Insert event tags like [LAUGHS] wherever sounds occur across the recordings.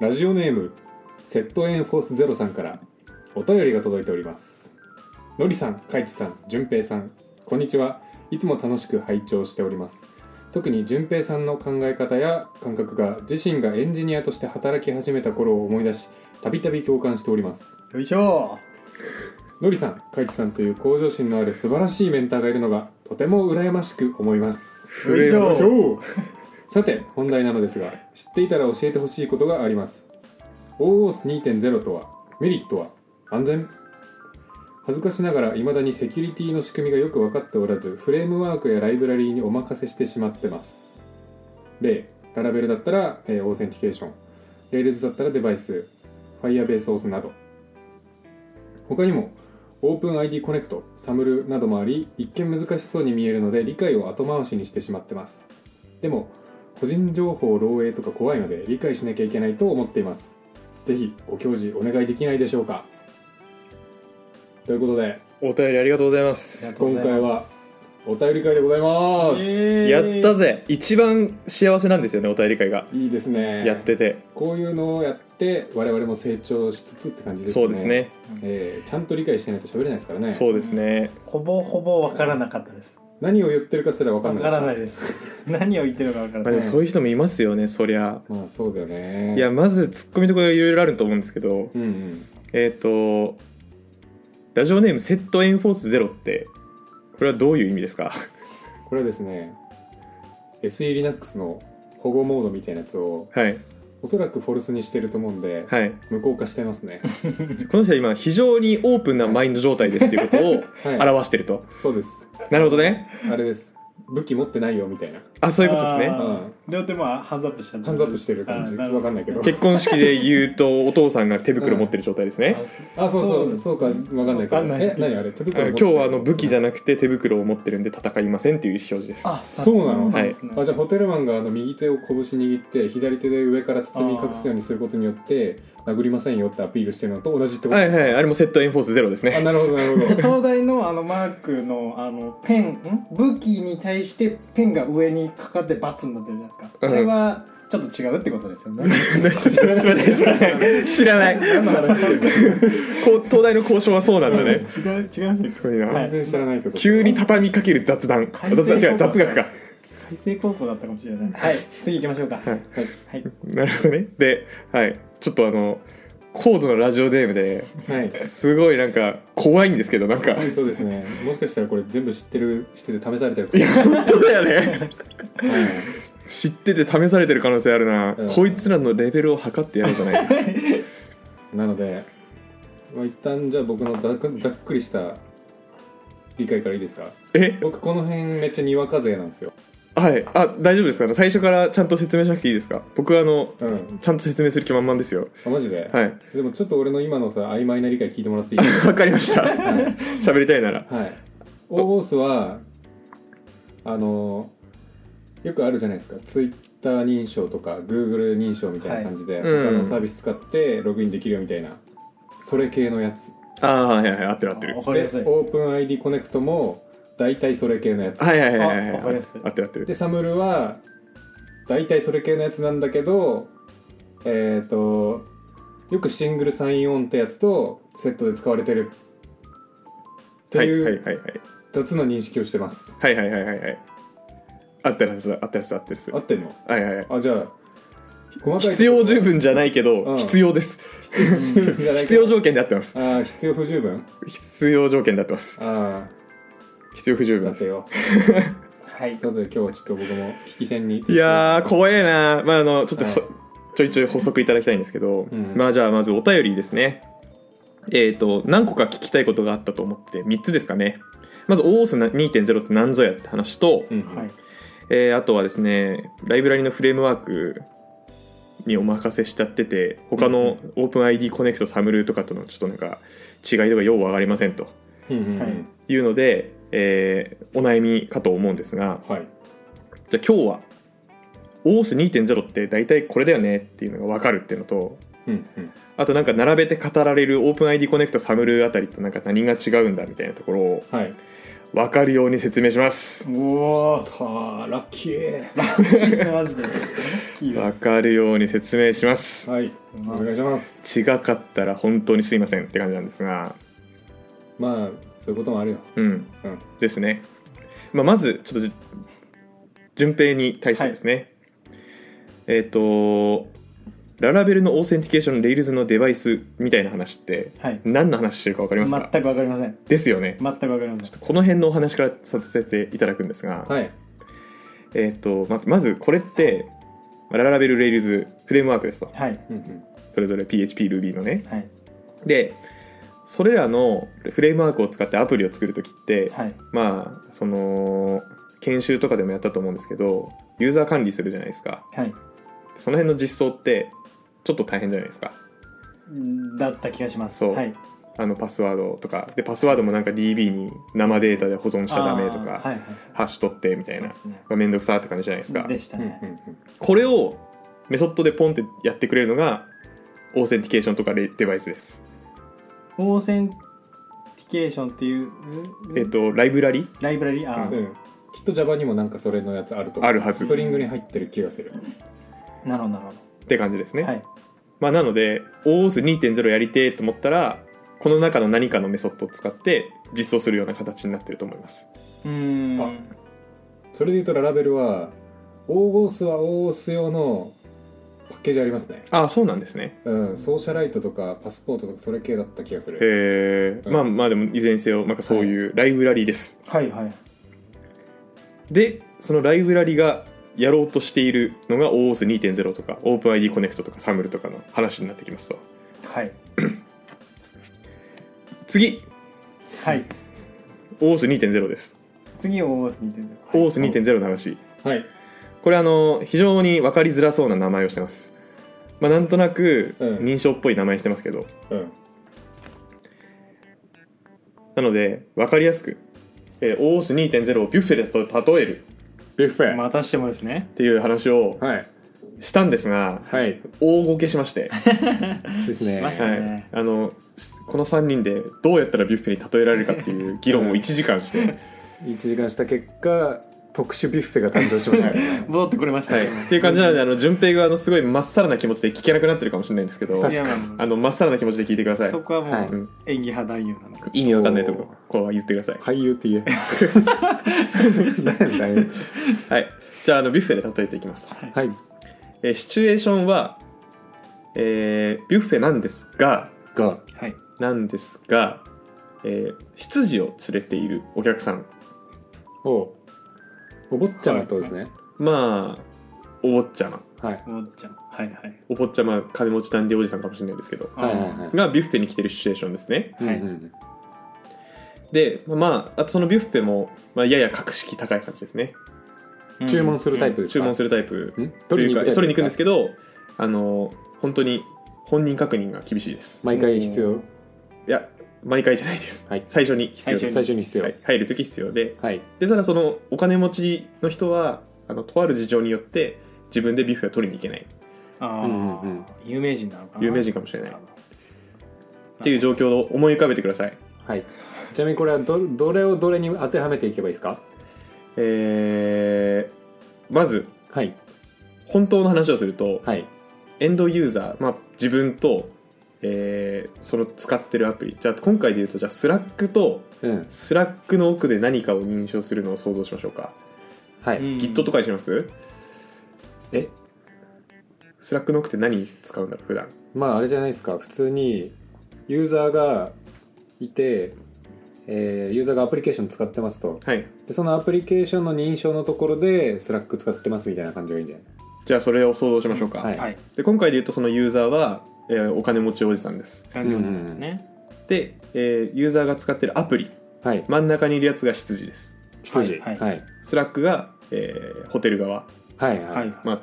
ラジオネームセットエンフォースゼロさんからお便りが届いておりますのりさん、かいちさん、じゅんぺいさんこんにちはいつも楽しく拝聴しております特にじゅんぺいさんの考え方や感覚が自身がエンジニアとして働き始めた頃を思い出したびたび共感しておりますよいしょのりさん、かいちさんという向上心のある素晴らしいメンターがいるのがとても羨ましく思いますよいしょよいしょ [LAUGHS] さて本題なのですが知っていたら教えてほしいことがあります OOS2.0 とはメリットは安全恥ずかしながら未だにセキュリティの仕組みがよく分かっておらずフレームワークやライブラリーにお任せしてしまってます例ララベルだったら、えーオーセンティケーション Rails だったらデバイス Firebase オースなど他にも OpenID コネクトサムルなどもあり一見難しそうに見えるので理解を後回しにしてしまってますでも個人情報漏洩とか怖いので理解しなきゃいけないと思っていますぜひご教示お願いできないでしょうかということでお便りありがとうございまありすがとうございますお便り会でございます、やったぜぜ一番幸せなんですよねお便り会がいいですねやっててこういうのをやって我々も成長しつつって感じですねそうですねえーちゃんと理解してないと喋れないですからねそうですねほぼほぼわからなかったです何を言ってるかすら分かわんないからない [LAUGHS] です何を言ってるかわからまないあでもそういう人もいますよねそりゃまあそうだよねいやまずツッコミところいろいろあると思うんですけどうんうんえっとラジオネームセットエンフォースゼロってこれはどういう意味ですか [LAUGHS] これはですね SELinux の保護モードみたいなやつをはいおそらくフォルスにしてると思うんで、はい無効化してますねこの人は今非常にオープンなマインド状態ですっていうことをはい表してるとそうですなるほどねあれです武器持ってないよみたいな、あそういうことですねあーうん両手もハンズアップしちゃったハンズアップしてる感じあーるほわかんないけど結婚式で言うとお父さんが手袋持ってる状態ですね、あそうそそううそうかわかんないけどわかんないでえす何あれ手あの袋今日はあの武器じゃないなくて手袋を持ってるんで戦いませんっていう意思表示ですあそうなのんですねあじゃあホテルマンがあの右手を拳握って左手で上から包み隠すようにすることによって殴りませんよってアピールしてるのと同じってことはいです、はいあれもセットエンフォースゼロですあねなるほどなるほど東大のあのマークのあのペンん武器に対してペンが上にかかってバツになってるじゃないですか、うんこれはちょっと違うってことですよね [LAUGHS] 知らない知ら [LAUGHS] ない知らない何の話してるこう東大の交渉はそうなんだね、違う違いますすごいな、はい全然知らないけど急に畳みかける雑談改雑正談違う雑学か海星高校だったかもしれないはい次行きましょうかはいい、はい、なるほどねではいちょっとあの高度なラジオネームではいすごいなんか怖いんですけどなんかそうですねもしかしたらこれ全部知ってる知ってて試されてるかいもや本当だよねはい知ってて試されてる可能性あるな、うんこいつらのレベルを測ってやろうじゃな [LAUGHS] いかなので、まあ、一旦じゃあ僕のざくざっくりした理解からいいですかえ僕この辺めっちゃにわか勢なんですよ、はいあ大丈夫ですか最初からちゃんと説明しなくていいですか僕はあのうん、ちゃんと説明する気満々ですよあマジで、はい [LAUGHS] でもちょっと俺の今のさ曖昧な理解聞いてもらっていいわかりましたはい、喋りたいな [LAUGHS] らはい、オースはあのよくあるじゃないですかツイッター認証とか Google 認証みたいな感じで、う他んのサービス使ってログインできるよみたいなそれ系のやつああはいはいはい合ってる合ってるわかりやすいでオープン ID コネクトも大体それ系のやつはいはいはいはいあわかりやすい合ってる合ってるでサムルは大体それ系のやつなんだけどえっ、とよくシングルサインオンってやつとセットで使われてるってはいいはいうはいはい雑な認識をしてます、はいはいはいはいはい合ってるはずだ合ってるはずだ合ってるっす合ってんのはいはいはいあじゃあ細かい必要十分じゃないけど、うん必要です必必要条件で合ってますあー必要不十分必要条件で合ってますあ必要不十あだ分っでてすよはいなので今日はちょっと僕も引き戦にいやー怖えなまああのちょっとはいほ、ちょいちょい補足いただきたいんですけど、うんまあじゃあまずお便りですねえっ、と何個か聞きたいことがあったと思って3つですかねまず OOS2.0 って何ぞやって話と、うんはいえーあとはですねライブラリのフレームワークにお任せしちゃってて他の OpenID コネクトサムルーとかとのちょっとなんか違いとかよう分かりませんとうんうんうんはいいうので、えーお悩みかと思うんですがはいじゃあ今日は OS2.0 って大体これだよねっていうのが分かるっていうのとうんうんあとなんか並べて語られる OpenID コネクトサムルーあたりとなんか何が違うんだみたいなところをはい分かるように説明しますうおーたーラッキーラッキーですねマジでラッキーだ分かるように説明しますはいお願いします違かったら本当にすいませんって感じなんですがまあそういうこともあるようん、うんですね、まあ、まずちょっとじ順平に対してですね、えっ、とララベルのオーセンティケーションレイルズのデバイスみたいな話ってはい何の話してるか分かりますか全くわかりませんですよね全くわかりませんこの辺のお話からさせていただくんですが、はいえっ、とまずまずこれってララベルレイルズフレームワークですとはいうんうんそれぞれ PHP Ruby のねはいでそれらのフレームワークを使ってアプリを作るときって、はいまあその研修とかでもやったと思うんですけどユーザー管理するじゃないですかはいその辺の実装ってちょっと大変じゃないですかだった気がしますそうはいあのパスワードとかでパスワードもなんか DB に生データで保存しちゃダメとか、あーはいはいハッシュ取ってみたいそうな、ですねまあ、めんどくさって感じじゃないですかでしたうんうねんうんこれをメソッドでポンってやってくれるのがオーセンティケーションとかレデバイスです、オーセンティケーションっていううんえっとライブラリライブラリあうんきっと Java にもなんかそれのやつあると思うあるはずスっプリングに入ってる気がするあなるほどなるほて感じですね、どはいまあ、なので OOS2.0 やりてえと思ったらこの中の何かのメソッドを使って実装するような形になってると思いますうーんあそれで言うとララベルは OOS は OOS 用のパッケージありますねああそうなんですねうんソーシャライトとかパスポートとかそれ系だった気がするえー、まあまあでもいずれにせよなんかそういうライブラリーです、はいはいでそのライブラリがやろうとしているのが OOS2.0 とか OpenID コネクトとかサムルとかの話になってきますとはい次はい OOS2.0 です次を OS に出てる OOS2.0 の話はいこれあの非常に分かりづらそうな名前をしてますまあなんとなくうん認証っぽい名前してますけど、うんなので分かりやすく、えー、OOS2.0 をビュッフェだと例えるビュッフェまたしてもですねっていう話をはいしたんですがはい大ごけしまして、ですねしましたはねい、あのすこの3人でどうやったらビュッフェに例えられるかっていう議論を1時間して、 1時間した結果特殊ビュッフェが誕生しま [LAUGHS] したね戻ってこれましたはい、っていう感じなのであの順平があのすごいまっさらな気持ちで聞けなくなってるかもしれないんですけどいやまあのまっさらな気持ちで聞いてくださあいそこはもはいう演技派男優なんで意味わかんないとここう言ってください俳優って [LAUGHS] 言えなんだよはいじゃああのビュッフェで例えていきますと、はいえーシチュエーションは、えービュッフェなんですががはいなんですが、えー、執事を連れているお客さんおお坊ちゃまってことですねまあお坊ちゃまはいおっちゃんはいはいお坊ちゃま金持ちダンディおじさんかもしれないですけどはいはいはいがビュッフェに来てるシチュエーションですねうんはいうんでまああとそのビュッフェも、まあ、やや格式高い感じですねうん注文するタイプですか注文するタイプんと取りいうにか行く取りに行くんですけけどあの本当に本人確認が厳しいですど毎回必要いや毎回じゃないです、はい最初に必要で最す初に必要はい入る時必要ではいでただそのお金持ちの人はあのとある事情によって自分でビュッフェを取りに行けないあうんうんうんあ有名人なのかな有名人かもしれないっっていう状況を思い浮かべてくださいはいちなみにこれはどどれをどれに当てはめていけばいいですかえーまずはい本当の話をするとはいエンドユーザー、まあ、自分と、えーその使ってるアプリじゃあ今回で言うとじゃあスラックとうんスラックの奥で何かを認証するのを想像しましょうか、はい、うん Git とかにしますえスラックの奥って何使うんだろう普段まああれじゃないですか普通にユーザーがいて、えーユーザーがアプリケーション使ってますとはいでそのアプリケーションの認証のところでスラック使ってますみたいな感じがいいんじゃないじゃあそれを想像しましょうか、はいはいで今回で言うとそのユーザーは、えーお金持ちおじさんです感じますですねで、えーユーザーが使ってるアプリはい真ん中にいるやつが執事です羊はいはいスラックが、えーホテル側はいはい、はいまあ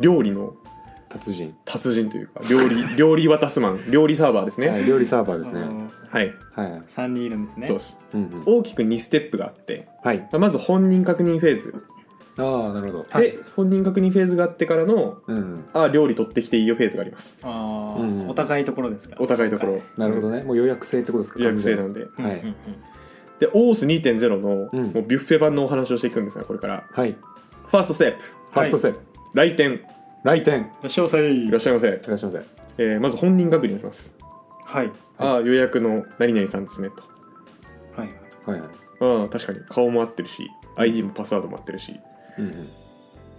料理の達人、達人というか [LAUGHS] 料理料理渡すマン料理サーバーですねは、はいい料理サーバーですね3はいはい人いるんですねそうですうんうん大きく2ステップがあってはいまあまず本人確認フェーズああなるほどで、本人確認フェーズがあってからのうんうんあ料理取ってきていいよフェーズがありますああうんうんお高いところですかお高いところなるほどねもう予約制ってことですか予約制なんでうんうんうんはいで OS2.0 のうんもうビュッフェ版のお話をしていくんですがこれからはいフファーストステップァーストステップ、来店い来店詳細らっしゃいませ、いらっしゃいませえーまず本人確認をしますはいああ予約の何々さんですねとはいはいはいああ確かに顔も合ってるし ID もパスワードも合ってるしうんうん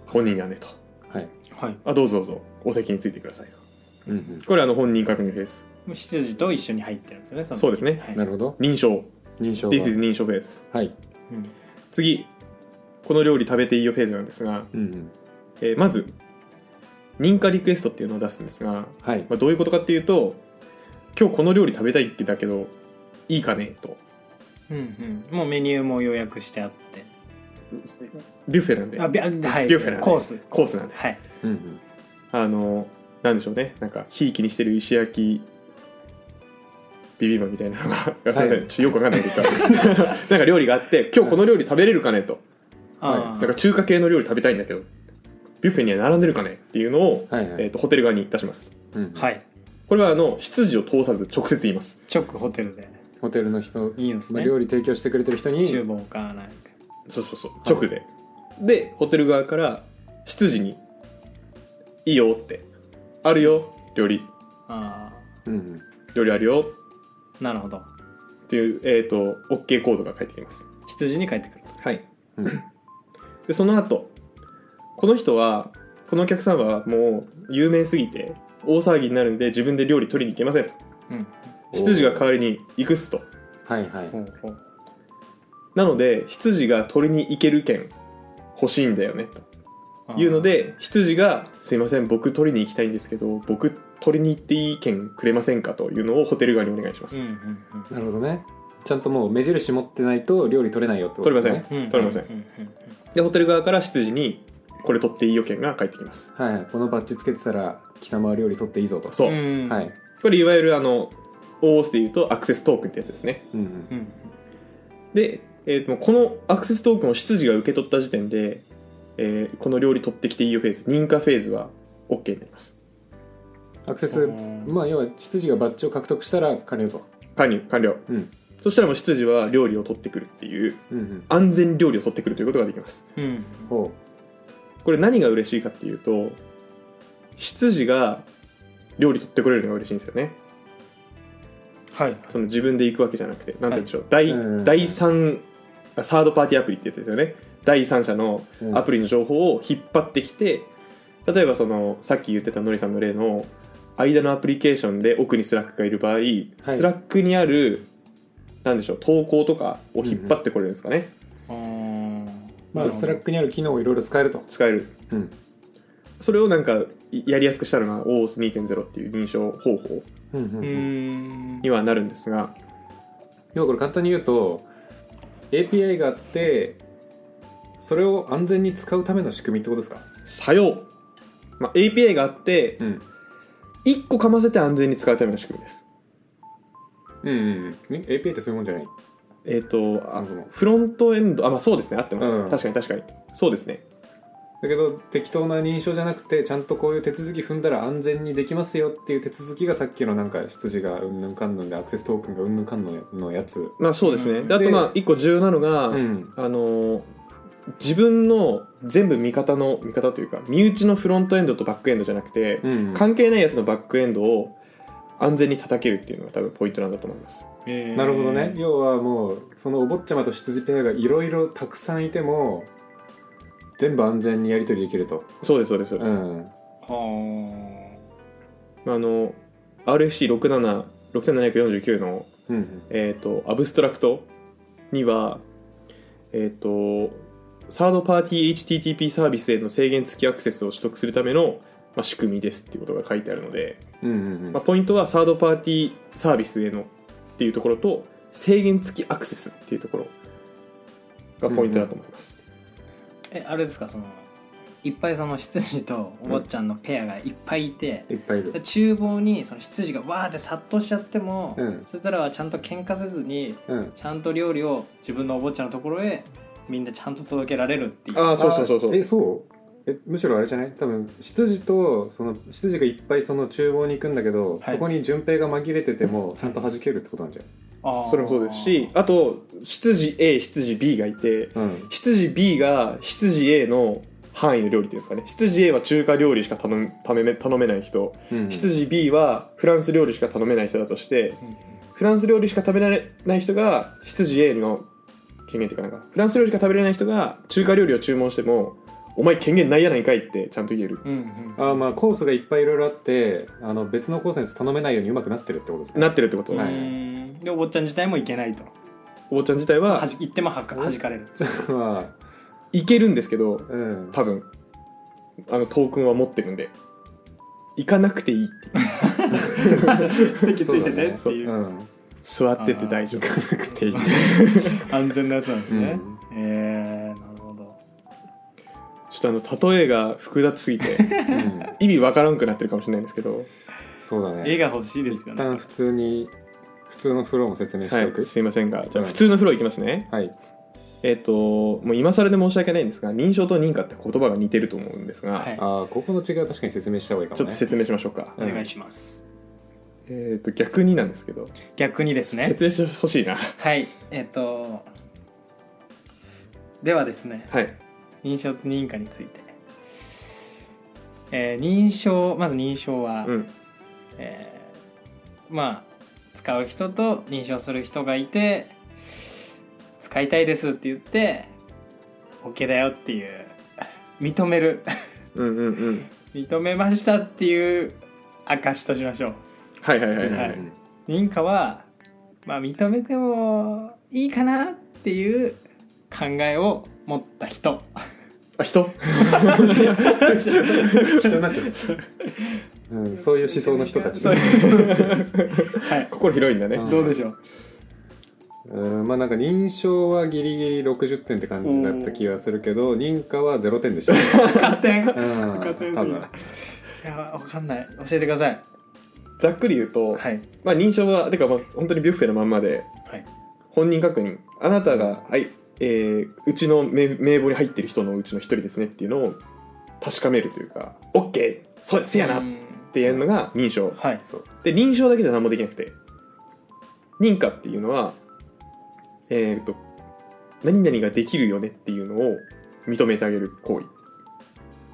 本人やねとはいはいあどうぞどうぞお席についてくださいうんこれあの本人確認です執事と一緒に入ってるんですよねそのそうですねはういんなるほど認証認証は This is 認証ベースはいうん次この料理食べていいよフェーズなんですが、うんうんえーまず認可リクエストっていうのを出すんですが、はいまあ、どういうことかっていうと今日この料理食べたいって言ったけどいいかねとうんうんもうメニューも予約してあってビュッフェなんであビュはいビュッフェなんでコースコースなんではいうんうんあのなんでしょうねなんかひいきにしてる石焼きビビンバみたいなのが [LAUGHS] あすいません、ちょっとよくわかんないけどなんか [LAUGHS] 料理があって今日この料理食べれるかねとあなんーか中華系の料理食べたいんだけどビュッフェには並んでるかねっていうのを、はいはえいー、とホテル側に出しますうんうんはいこれはあの執事を通さず直接言います直ホテルでホテルの人いいんですまあね料理提供してくれてる人に厨房かなんかそうそうそう直で、でホテル側から執事に「いいよ」って「あるよ料理あうんうん料理あるよ」あなるほどっていう、えー、と OK コードが返ってきます羊に帰ってくるはいうんでその後この人はこのお客さんはもう有名すぎて大騒ぎになるんで自分で料理取りに行けませんとうん執事が代わりに行くっすとはいはいほうほうなので執事が取りに行ける券欲しいんだよねとあーいうので執事が「すいません僕取りに行きたいんですけど僕取りに行っていい券くれませんか?」というのをホテル側にお願いしまうんす、うんうんなるほどねちゃんともう目印持ってないと料理取れないよってこと取れでますせねんうん取れませんううんうんでホテル側から執事に「これ取っていいよ券が返ってきますはいこのバッジつけてたら貴様は料理取っていいぞとそうう、んはいこれいわゆるあの OOS でいうとアクセストークンってやつですねうんうんうんで、えー、とこのアクセストークンを執事が受け取った時点で、えーこの料理取ってきていいよフェーズ認可フェーズは OK になりますアクセスうんまあ要は執事がバッジを獲得したら完了と完了完了、うんそしたらもう執事は料理を取ってくるっていううんうん安全料理を取ってくるということができますうんほこれ何が嬉しいかっていうと執事が料理取ってくれるのが嬉しいんですよねはいその自分で行くわけじゃなくてなんて言うんでしょう、うん第第三あサードパーティーアプリってやつですよね第三者のう、うんアプリの情報を引っ張ってきて例えばそのさっき言ってたのりさんの例の間のアプリケーションで奥にスラックがいる場合、スラックにあるなんでしょう投稿とかを引っ張ってこれるんですかね、あまーあなるほどスラックにある機能をいろいろ使えると使える、うんそれをなんかやりやすくしたのが OOS2.0 っていう認証方法うんうんううんーんにはなるんですが要はこれ簡単に言うと API があってそれを安全に使うための仕組みってことですか作用、まあ、API があってうん1個かませて安全に使うための仕組みですうんうんうんえ API ってそういうもんじゃないえっ、とそあもそもフロントエンドあまあそうですね合ってます、うん確かに確かにそうですねだけど適当な認証じゃなくてちゃんとこういう手続き踏んだら安全にできますよっていう手続きがさっきのなんか羊がうんぬんかんぬんでアクセストークンがうんぬんかんぬんのやつまあそうですね、うんであとでまあ1個重要なのが、うんあのー自分の全部味方の味方というか身内のフロントエンドとバックエンドじゃなくて、うん関係ないやつのバックエンドを安全に叩けるっていうのが多分ポイントなんだと思いますえーなるほどね要はもうそのお坊ちゃまと羊ペアがいろいろたくさんいても全部安全にやり取りできると、そうですそうですそうでうす、ん、はあの RFC6749 の、うんえー、とアブストラクトにはえっ、とサードパーティー HTTP サービスへの制限付きアクセスを取得するための、まあ、仕組みですっていうことが書いてあるので、うんうんうまあ、んポイントはサードパーティーサービスへのっていうところと制限付きアクセスっていうところがポイントだと思います、あえあれですかそのいっぱいその羊とお坊ちゃんのペアがいっぱいいて、いっぱいいるで厨房にその羊がわーって殺到しちゃっても、うんそいつらはちゃんと喧嘩せずにうんちゃんと料理を自分のお坊ちゃんのところへみんなちゃんと届けられるっていうああそうそうそうそうえそうえむしろあれじゃない多分執事とその執事がいっぱいその厨房に行くんだけど、はいそこに順平が紛れててもちゃんと弾けるってことなんじあーそれもそうですしあと執事 A 執事 B がいてゃん、うん、執事 B が執事 A の範囲の料理っていうんですかね執事 A は中華料理しか頼む頼め頼めない人うん執事 B はフランス料理しか頼めない人だとしてうんフランス料理しか食べられない人が執事 A の権限っていうかなんかフランス料理しか食べられない人が中華料理を注文してもお前権限ないやないかいってちゃんと言えるうんうんあーまあコースがいっぱいいろいろあってあの別のコースに頼めないようにうまくなってるってことです [LAUGHS] ねなってるってこと、はういんでお坊ちゃん自体もいけないとお坊ちゃん自体ははじ言ってもはか弾かれ [LAUGHS] るまあいけるんですけどうん多分あのトークンは持ってるんで行かなくていいって席ついててってそういううん座ってて大丈夫行かなくていい安全なやつなんですねうんええーなるほどちょっとあの例えが複雑す [LAUGHS] ぎてうん意味わからんくなってるかもしれないんですけど、そうだね絵が欲しいですよ一ね旦普通に普通のフローも説明しておはくい、すいませんがじゃあうん普通の風呂行きますねはい、えっ、ともう今更で申し訳ないんですが認証と認可って言葉が似てると思うんですが、はいああここの違いは確かに説明した方がいいかもちょっねと説明しましょうか、お願いしますえっ、と逆になんですけど、逆にですね説明してほしいなはいえっ、とではですねはい認証と認可について、えー認証まず認証は、うんえーまあ使う人と認証する人がいて使いたいですって言って OK だよっていう認める [LAUGHS] うんうんうん認めましたっていう証としましょうはいはいはいはい、はい認可はまあ認めてもいいかなっていう考えを持った人あ人 [LAUGHS] 人になっちゃった、うん、そういう思想の人たちそ [LAUGHS] うはい心広いんだね、うんどうでしょううんまあなんか認証はギリギリ60点って感じだった気がするけど認可は0点でした、加点いうん、加多点する分やわかんない教えてくださいざっくり言うと、はいまあ、認証はてかまあ本当にビュッフェのまんまではい本人確認あなたが、はいえーうちの名名簿に入ってる人のうちの一人ですねっていうのを確かめるというか OK そうせやなうっんていうのが認証はいで認証だけじゃ何もできなくて認可っていうのはえっと何々ができるよねっていうのを認めてあげる行為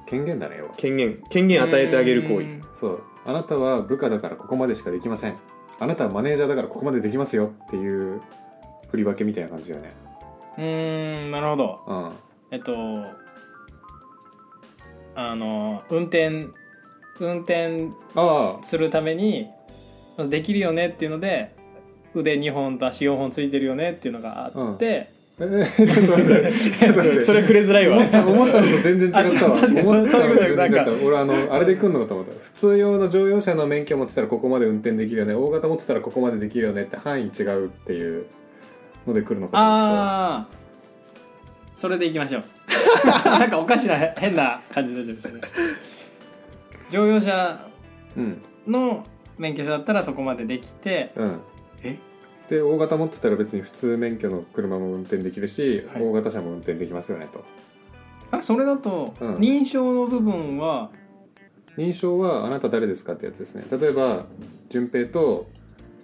権限だね要は権限権限与えてあげる行う為んそうあなたは部下だからここまでしかできませんあなたはマネージャーだからここまでできますよっていう振り分けみたいな感じだよねうーんなるほどうんえっとあの運転運転ああするためにできるよねっていうので腕2本と足4本ついてるよねっていうのがあって、 [LAUGHS] えーちょっと待ってちょっと待ってそれ触れづらい [LAUGHS] わ思った思ったのと全然違ったわあ確かに思ったのとそういうことだ全よ然違ったな俺あのあれで来んのかと思った普通用の乗用車の免許持ってたらここまで運転できるよね大型持ってたらここまでできるよねって範囲違うっていうので来るのかと思っああそれでいきましょう [LAUGHS] なんかおかしなへ変な感じになっちゃいましたね乗用車たうんの免許証だったらそこまでできてうんえで大型持ってたら別に普通免許の車も運転できるし、はい大型車も運転できますよねとあそれだとうん認証の部分は、認証はあなた誰ですかってやつですね例えば順平と、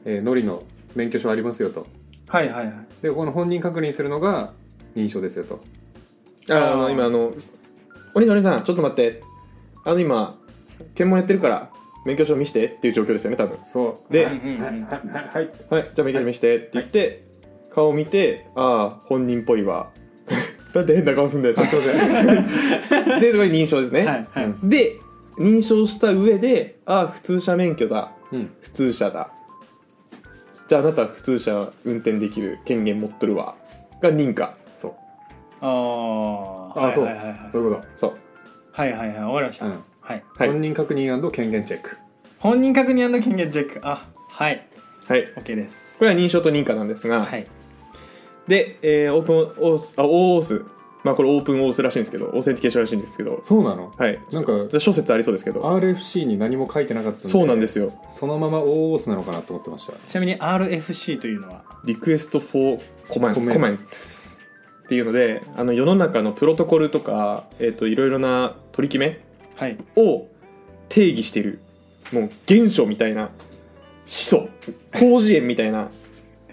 えー、のりの免許証ありますよとはいはいはいでこの本人確認するのが認証ですよとあーあの今あの「お兄さんお兄さんちょっと待ってあの今検問やってるから免許証見して」っていう状況ですよね多分そうでうんうんうんはいはいじゃあ免許証見してって言って、顔を見てああ本人っぽいわ [LAUGHS] だって変な顔すんだよちょっと [LAUGHS] でそれ認証ですね、はいはいで認証した上でああ普通車免許だうん普通車だじゃああなたは普通車運転できる権限持っとるわが認可そうあーあはいそうはいはいはいそういうこそうはいはいはいわかりました、と、うんはいはい本人確認権限チェック本人確認権限チェックあはいはい OK ですこれは認証と認可なんですが、はいで、えーオープンオースあオースまあこれオープンオースらしいんですけどオーセンティケーションらしいんですけどそうなのはいなんかじゃあ諸説ありそうですけど RFC に何も書いてなかったそうなんですすよそのままオースなのかなと思ってましたちなみに RFC というのはリクエストフォーコマンココメントメントっていうのであの世の中のプロトコルとか、えー、といろいろな取り決めはいを定義しているもう原書みたいな始祖広辞苑みたいな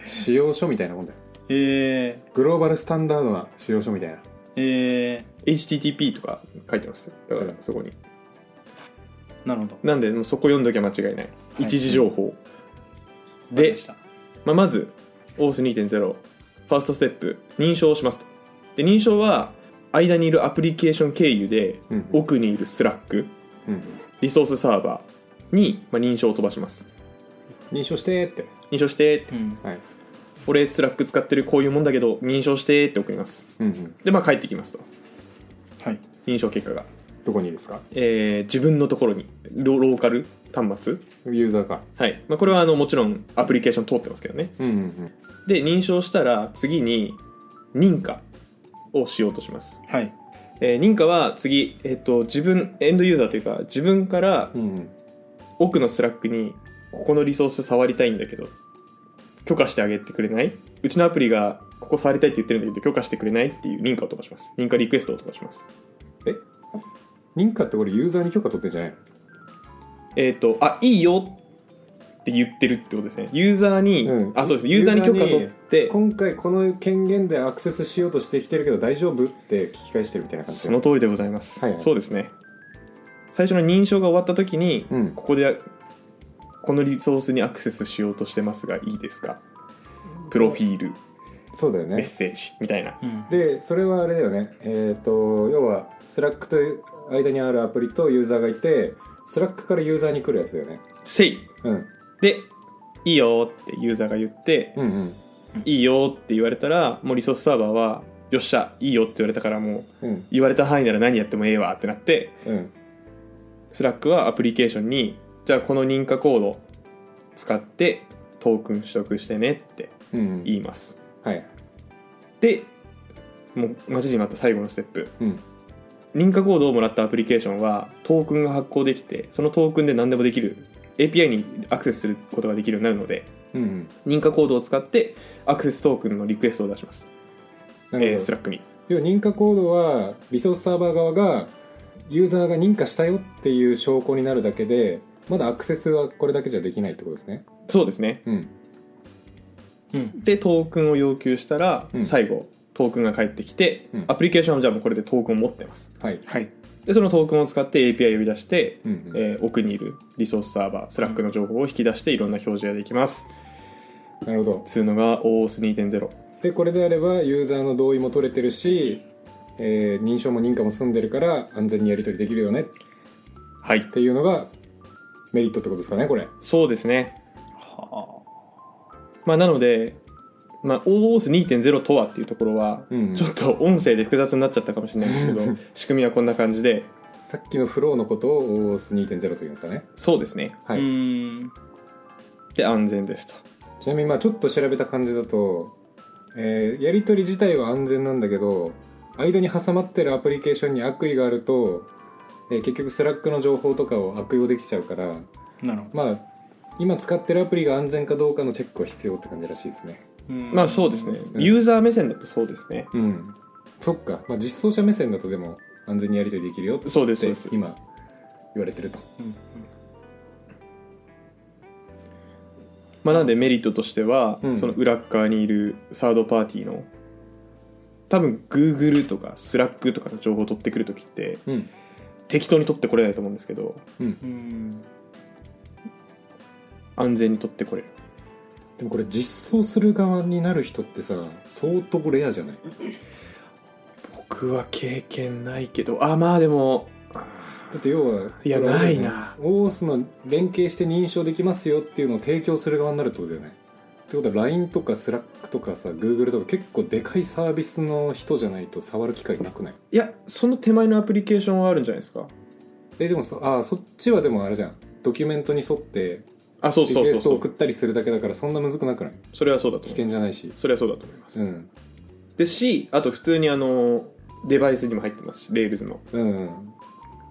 使用書みたいなもんだよえグローバルスタンダードな使用書みたいなー、え HTTP とか書いてますよだからそこにー、なるほどなんでもうそこ読んどきゃ間違いない、い一時情報でわかりましたまあ、まず OAuth2.0 ファーストステップ認証をしますとで認証は間にいるアプリケーション経由で、うん奥にいる Slack うんリソースサーバーに、まあ、認証を飛ばします認証してって認証してってうんはい俺 Slack 使ってるこういうもんだけど認証してって送りますうんうんでまあ帰ってきますとはい認証結果が、どこにですかえー自分のところにロローカル端末ユーザーかはい、まあ、これはあのもちろんアプリケーション通ってますけどねうんうんで認証したら次に認可をしようとしますはいえー認可は次、えっと自分エンドユーザーというか自分からうんうん奥のスラックにここのリソース触りたいんだけど許可してあげてくれないうちのアプリがここ触りたいって言ってるんだけど許可してくれないっていう認可を飛ばします認可リクエストを飛ばします認可ってこれユーザーに許可取ってんじゃないえっ、とあいいよって言ってるってことですねユーザーに、うんあそうですユーザーに許可取っての今回この権限でアクセスしようとしてきてるけど大丈夫って聞き返してるみたいな感じその通りでございます、はいはいそうですね最初の認証が終わった時に、うんここでこのリソースにアクセスしようとしてますがいいですかプロフィールそうだよメッねセージみたいなうんでそれはあれだよねえっ、と要はスラックという間にあるアプリとユーザーがいてスラックからユーザーに来るやつだよね「せいうん」で「いいよ」ってユーザーが言ってうんうん「いいよ」って言われたらもうリソースサーバーは「よっしゃいいよ」って言われたからもううん言われた範囲なら何やってもええわってなってうんスラックはアプリケーションに「じゃあこの認可コード使ってトークン取得してね」ってうん言いいますはいでもう待ちに待った最後のステップ、うん認可コードをもらったアプリケーションはトークンが発行できてそのトークンで何でもできる API にアクセスすることができるようになるのでうんうん認可コードを使ってアクセストークンのリクエストを出します、なえるーほスどラックに要は認可コードはリソースサーバー側がユーザーが認可したよっていう証拠になるだけでまだアクセスはこれだけじゃできないってことですねそうですねうんうんでトークンを要求したら、うん最後トークンが返ってきて、うんアプリケーションはじゃあもうこれでトークンを持ってますはいはいでそのトークンを使って API を呼び出して、うんうんえー奥にいるリソースサーバースラックの情報を引き出していろんな表示ができますなるほどつうのが OOS2.0 でこれであればユーザーの同意も取れてるし、えー認証も認可も済んでるから安全にやり取りできるよねっはいていうのがメリットってことですかねこれそうですね、はまあ、なので、まあ、OOS2.0 とはっていうところは、うんちょっと音声で複雑になっちゃったかもしれないんですけ [LAUGHS] どうん仕組みはこんな感じでさっきのフローのことを OOS2.0 というんですかねそうですねあはい、うーんで安全ですとちなみにまあちょっと調べた感じだと、えーやり取り自体は安全なんだけど間に挟まってるアプリケーションに悪意があると、えー結局スラックの情報とかを悪用できちゃうからなるほどまあ今使ってるアプリが安全かどうかのチェックは必要って感じらしいですねうんまあそうですねうんユーザー目線だとそうですねうんそっか、まあ、実装者目線だとでも安全にやり取りできるよってそうですそうです今言われてるとうんまあなんでメリットとしては、うんその裏っ側にいるサードパーティーの多分 Google とか Slack とかの情報を取ってくるときってうん適当に取ってこれないと思うんですけどうんうん安全に取ってこれるでもこれ実装する側になる人ってさ相当レアじゃない僕は経験ないけどあまあでもだって要はいやこれあれだよないなオースの連携して認証できますよっていうのを提供する側になるってことだよねってことは LINE とか Slack とかさ Google とか結構でかいサービスの人じゃないと触る機会なくないいやその手前のアプリケーションはあるんじゃないですかえでもそあーそっちはでもあれじゃんドキュメントに沿ってあそうリそうクエそうストそを送うったりするだけだからそんなむずくなくないそれはそうだと危思い険ますじゃないしそれはそうだと思います、うんですしあと普通にあのデバイスにも入ってますしレールズのうん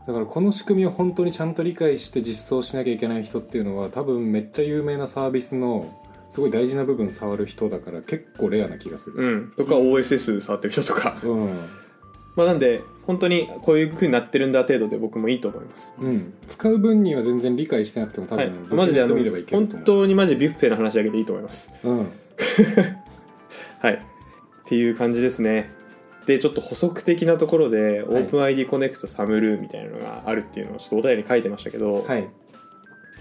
だからこの仕組みを本当にちゃんと理解して実装しなきゃいけない人っていうのは多分めっちゃ有名なサービスのすごい大事な部分触る人だから結構レアな気がするうん、とか OSS 触ってる人とか、 [LAUGHS] うん、まあなんで本当にこういう風になってるんだ程度で僕もいいと思います、うん、使う分には全然理解してなくても多はい分、、マジであの見ればいける本と思う当にマジビュッフェの話だけでいいと思いますうんはいっていう感じですねでちょっと補足的なところで、はい OpenID コネクトサムルーみたいなのがあるっていうのをちょっとお便りに書いてましたけど、はい、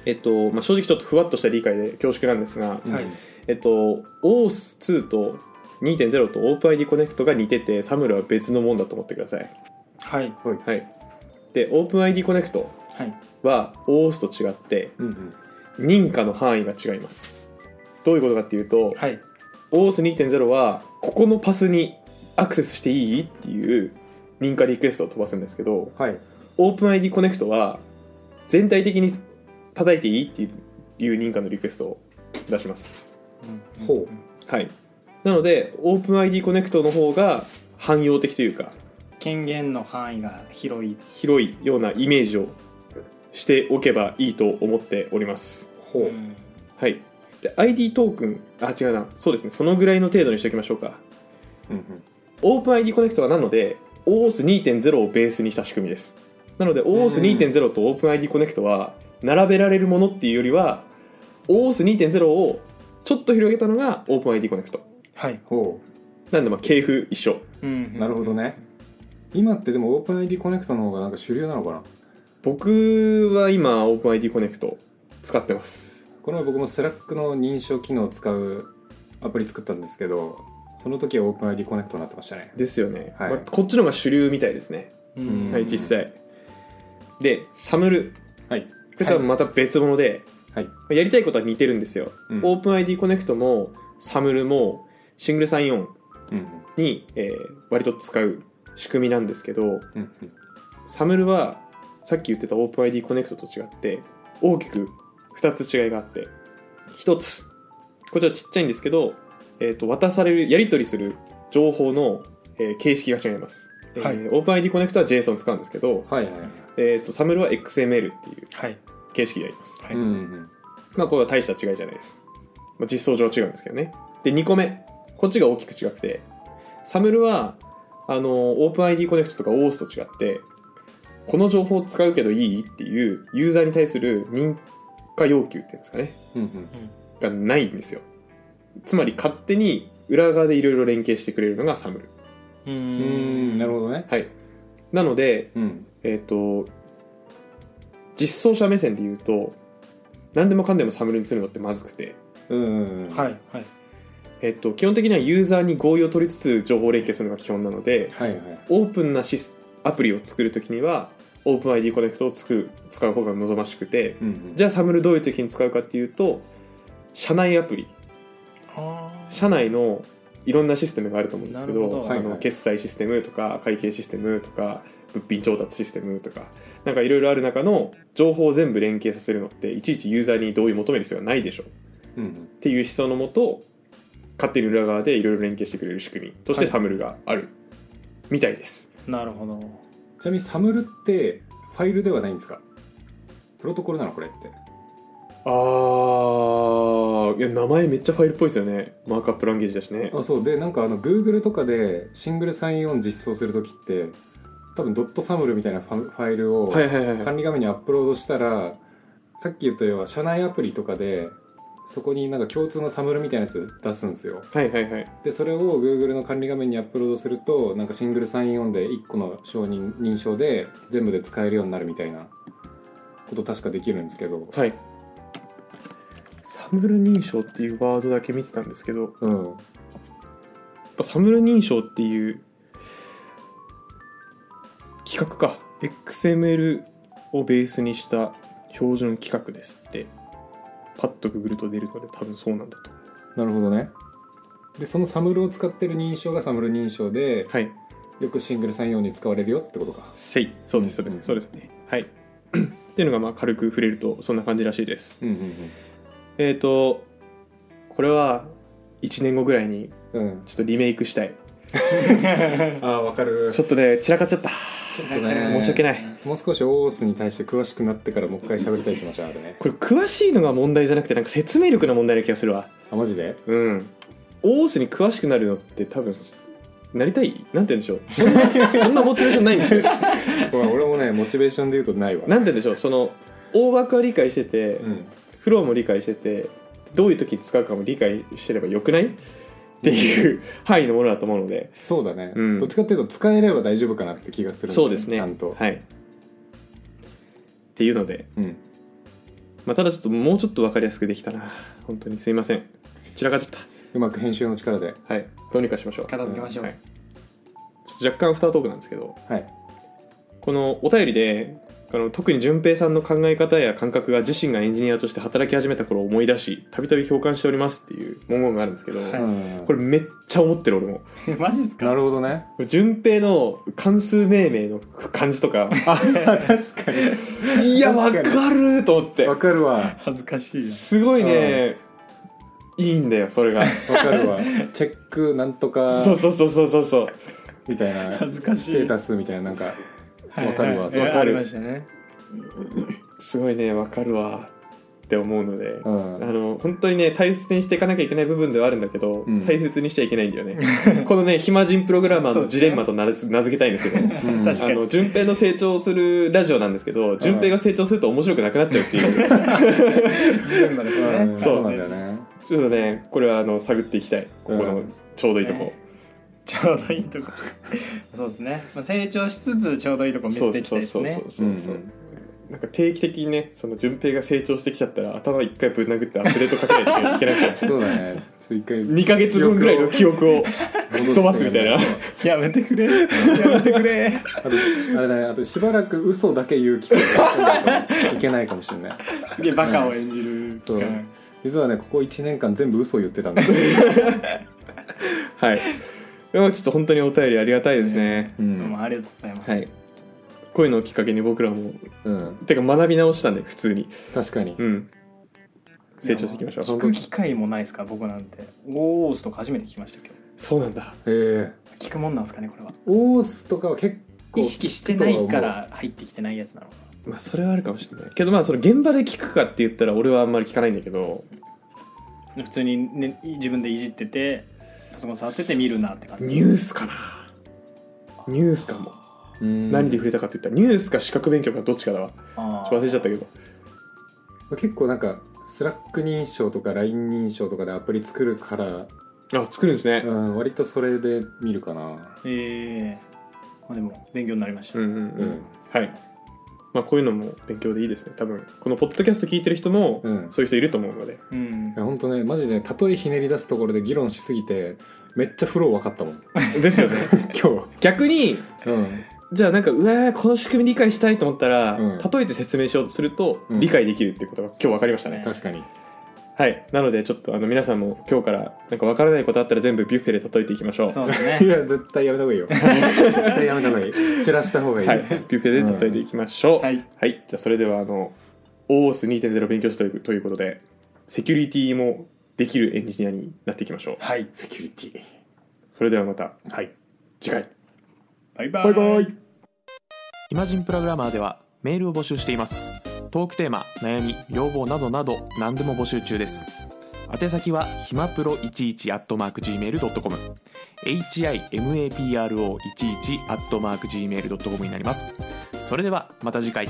えっとまあ、正直ちょっとふわっとした理解で恐縮なんですが、うんはいえっと、OS2 と2.0と OpenID コネクトが似ててサムルは別のもんだと思ってください、はいはい、で OpenID コネクトはいは OS と違ってうんうん認可の範囲が違いますどういうことかっていうと、はい OS2.0 はここのパスにアクセスしていいっていう認可リクエストを飛ばすんですけどはい、 OpenID コネクトは全体的に叩いていいっていう認可のリクエストを出しますうんほはいなので OpenID コネクトの方が汎用的というか権限の範囲が広い広いようなイメージをしておけばいいと思っておりますほう、うんはいで ID トークンあ違うなそうですねそのぐらいの程度にしておきましょうかうんうん、オープン ID コネクトはなので OAuth2.0 をベースにした仕組みですなので OAuth2.0 と OpenID コネクトは並べられるものっていうよりは OAuth2.0 をちょっと広げたのが OpenID コネクトはいほなんでまあ系譜一緒うなるほどね今ってでも OpenID コネクトの方がなんか主流なのかな僕は今 OpenID コネクト使ってますこの前僕も Slack の認証機能を使うアプリ作ったんですけどその時は OpenID コネクトになってましたねですよね、はいまあこっちの方が主流みたいですね、うんはい実際でサムルはいこれ多分また別物で、はいやりたいことは似てるんですよ、うんオープン ID コネクトもサムルもシングルサインオンうんに、えー割と使う仕組みなんですけどうんうんうんサムルはさっき言ってたオープン ID コネクトと違って大きく2つ違いがあって1つこちらちっちゃいんですけど、えー、と渡されるやり取りする情報の、えー形式が違います、はいえー、オープン ID コネクトは JSON を使うんですけど、はいはいはいえー、とサムルは XML っていうはい形式でありますはいうんうんまあこれは大した違いじゃないです、まあ、実装上は違うんですけどねで2個目こっちが大きく違くてサムルはあのオープン ID コネクトとか OAuth と違ってこの情報使うけどいいっていうユーザーに対する認可要求っていうんですかねうんうんがないんですよつまり勝手に裏側でいろいろ連携してくれるのがサムルううんうんなるほどねはいなのでうんえっ、と実装者目線で言うと何でもかんでもサムルにするのってまずくてうんうんうんはいはいえっと、基本的にはユーザーに合意を取りつつ情報連携するのが基本なのではいはいオープンなシスアプリを作るときには OpenID コネクトをつく使う方が望ましくてうんうんじゃあサムルどういう時に使うかっていうと社内アプリあ社内のいろんなシステムがあると思うんですけどなるほどあはいはのい決済システムとか会計システムとか物品調達システムとかなんかいろいろある中の情報を全部連携させるのっていちいちユーザーに同意求める必要がないでしょうんうんっていう思想のもと勝手に裏側でいろいろ連携してくれる仕組みとしはていサムルがあるみたいです、あなるほどちなみにサムルってファイルではないんですかプロトコルなのこれってああいや名前めっちゃファイルっぽいですよねマークアップランゲージだしねあそうでなんかあの Google とかでシングルサインオン実装する時って多分ドットサムルみたいなファファイルをはいはいはいはい管理画面にアップロードしたらさっき言ったような社内アプリとかでそこになんか共通のサムルみたいなやつ出すんですよはいはいはいでそれを Google の管理画面にアップロードするとなんかシングルサインオンで1個の承認認証で全部で使えるようになるみたいなこと確かできるんですけどはいサムル認証っていうワードだけ見てたんですけどやうんっぱサムル認証っていう企画か XML をベースにした標準規格ですってパッとググると出るので多分そうなんだとなるほどねでそのサムルを使ってる認証がサムル認証ではいよくシングルサインオンに使われるよってことかせいそうですそうです、うんそうですねはい [CLEARS THROAT] っていうのがまあ軽く触れるとそんな感じらしいですうんえっ、とこれは1年後ぐらいにうんうんうんちょっとリメイクしたいああわかるちょっとね散らかっちゃったちょっとね申し訳ないもう少しオースに対して詳しくなってからもう一回喋りたい気持ちはあるねこれ詳しいのが問題じゃなくてなんか説明力の問題な気がするあわあマジでうんオースに詳しくなるのって多分なりたいなんて言うんでしょうそん [LAUGHS] なそんなモチベーションないんですよなんてほら俺もねモチベーションで言うとないわ言うんでしょうその大枠は理解してて、うんフローも理解しててどういう時に使うかも理解してればよくないっていう範囲のものだと思うのでそうだね、うんどっちかっていうと使えれば大丈夫かなって気がするんだそようですちねゃんと、はいっていうので、うんまあ、ただちょっともうちょっと分かりやすくできたな本当にすいません散らかっちゃっうまく編集の力でたはいどうにかしましょう片付けましょうはいちょっと若干アフタートークなんですけどはいこのお便りであの特に順平さんの考え方や感覚が自身がエンジニアとして働き始めた頃を思い出したびたび共感しておりますっていう文言があるんですけど、はいうんこれめっちゃ思ってる俺も [LAUGHS] マジですかなるほど [LAUGHS] ね順平の関数命名の感じとか確かいやわ確かかにると思ってにわかるわ恥ずかしいすごいね、いいんだよそれがわか [LAUGHS] るわチェックなんとかそうそうそうそうそうそうみたいな恥ずかしいステータスみたいななんかはいわかるわはいそれえわかるありましたねすごいねわかるわって思うので、うんあの本当にね大切にしていかなきゃいけない部分ではあるんだけど、うん大切にしちゃいけないんだよね [LAUGHS] このね暇人プログラマーのジレンマと名付名付けたいんですけどうん [LAUGHS] 確かあにの順平の成長するラジオなんですけど順平が成長すると面白くなくなっちゃうっ [LAUGHS] ていうジレンマですうねんそうそうなんだよねちょっとねこれはあの探っていきたいここうのんちょうどいいとこ、ちょうどいいとこそうですね、まあ、成長しつつちょうどいいとこ見そせうてそいうきたそいうですそうねそうそう、んなんか定期的にねその順平が成長してきちゃったら頭一回ぶん殴ってアップデートかけないといけな [LAUGHS] くてそうだねちょっと一回2ヶ月分ぐらいの記憶を戻飛ばすみたいなやめてくれやめてくれあとあれだねあとしばらく嘘だけ言う機会があってもいけないかもしれないすげえバカを演じるそう期間実はねここ1年間全部嘘を言ってたんだけど、はい。でもちょっと本当にお便りありがたいですね。うどうんもありがとうございます、はい。こういうのをきっかけに僕らも、うん、てか学び直したんで、普通に。確かにうん。成長していきましょ聞う。く機会もないですか僕なんてオーオースとか初めて聞きましたけどそうなんだ。えー、聞くもんなんですかねこれはオースとかは結構意識してないから入ってきてないやつなのかまあ、それはあるかもしれない。けど、まあ、その現場で聞くかって言ったら、俺はあんまり聞かないんだけど、な普通に、ね、自分でいじっててパソコン触ってて見るなって感じニュースかな。ニュースかも。うん何で触れたかって言ったら、ニュースか資格勉強かどっちかだわ。ちょあっーと忘れちゃったけど。結構なんかスラック認証とか LINE 認証とかでアプリ作るから、あ、作るんですうね。ん、割とそれで見るかなええまあでも勉強になりました、うんうんううんん。はい。まあ、こういうのも勉強でいいですね。多分、このポッドキャスト聞いてる人も、うんそういう人いると思うので。うんいやほんとねマジで例えひねり出すところで議論しすぎてめっちゃフロー分かったもんです [LAUGHS] よね。今逆に、日うんじゃあなんか、うわーこの仕組み理解したいと思ったら、うん例えて説明しようとすると、うん理解できるっていうことが今日分かりましたね。確かにはい。なので、ちょっとあの皆さんも今日から、なんか分からないことあったら全部ビュッフェで例えていきましょう。そうですい [LAUGHS] ねや絶対やめた方がいいよ絶対やめた方がいい散らした方がいい、はい。ビュッフェで例えていきましょう。はいじゃあ、それでは、あの、OOS2.0 勉強しというということで、セキュリティもできるエンジニアになっていきましょう。はいセキュリティそれではまた、はい次回。バイババイバイイマジンプログラマーではメールを募集していますトークテーマ悩み要望などなど何でも募集中です宛先はひまプロ11 at mark gmail.com himapro11 at mark gmail.com になりますそれではまた次回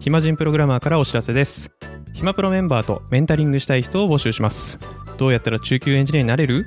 暇人プログラマーからお知らせです暇プロメンバーとメンタリングしたい人を募集しますどうやったら中級エンジニアになれる